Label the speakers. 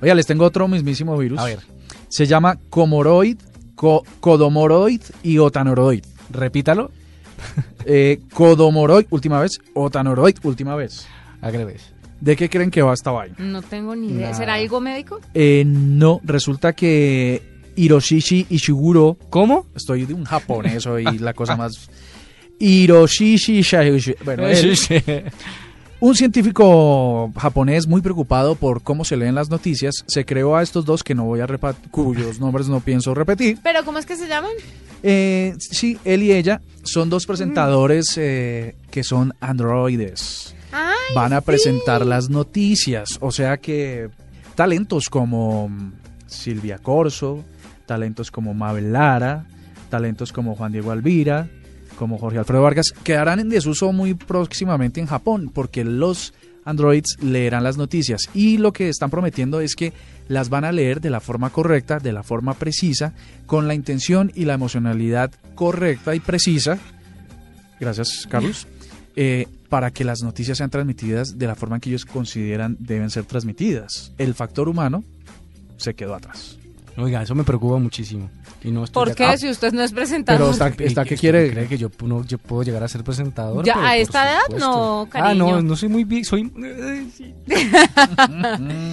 Speaker 1: Oiga, les tengo otro mismísimo virus.
Speaker 2: A ver.
Speaker 1: Se llama Comoroid, co- Codomoroid y Otanoroid.
Speaker 2: Repítalo.
Speaker 1: Eh, codomoroid, última vez. Otanoroid, última vez.
Speaker 2: ¿A qué le ves?
Speaker 1: ¿De qué creen que va esta vaina?
Speaker 3: No tengo ni idea.
Speaker 2: Nada.
Speaker 3: ¿Será algo médico?
Speaker 1: Eh, no, resulta que Hiroshishi Ishiguro,
Speaker 2: ¿Cómo?
Speaker 1: estoy de un japonés hoy, la cosa más... Hiroshishi Ishiguro, bueno, él- un científico japonés muy preocupado por cómo se leen las noticias, se creó a estos dos que no voy a repa- cuyos nombres no pienso repetir.
Speaker 3: ¿Pero cómo es que se llaman?
Speaker 1: Eh, sí, él y ella son dos presentadores eh, que son androides.
Speaker 3: Ay,
Speaker 1: Van a
Speaker 3: sí.
Speaker 1: presentar las noticias, o sea que talentos como mm, Silvia Corso, talentos como Mabel Lara, talentos como Juan Diego Alvira, como Jorge Alfredo Vargas, quedarán en desuso muy próximamente en Japón, porque los androids leerán las noticias y lo que están prometiendo es que las van a leer de la forma correcta, de la forma precisa, con la intención y la emocionalidad correcta y precisa. Gracias, Carlos. eh, para que las noticias sean transmitidas de la forma en que ellos consideran deben ser transmitidas. El factor humano se quedó atrás.
Speaker 2: Oiga, eso me preocupa muchísimo. Y no estoy
Speaker 3: ¿Por
Speaker 2: de ah,
Speaker 3: qué
Speaker 2: acuerdo.
Speaker 3: si usted no es
Speaker 1: Pero
Speaker 3: presentador?
Speaker 1: está,
Speaker 2: ¿Y
Speaker 1: está que
Speaker 2: usted
Speaker 1: quiere
Speaker 2: cree que yo, no, yo puedo llegar a ser presentador?
Speaker 3: Ya,
Speaker 2: Pero
Speaker 3: a
Speaker 2: por
Speaker 3: esta edad,
Speaker 2: supuesto.
Speaker 3: no,
Speaker 2: Ah, no,
Speaker 3: cariño.
Speaker 2: no soy muy bien, soy... eh, sí.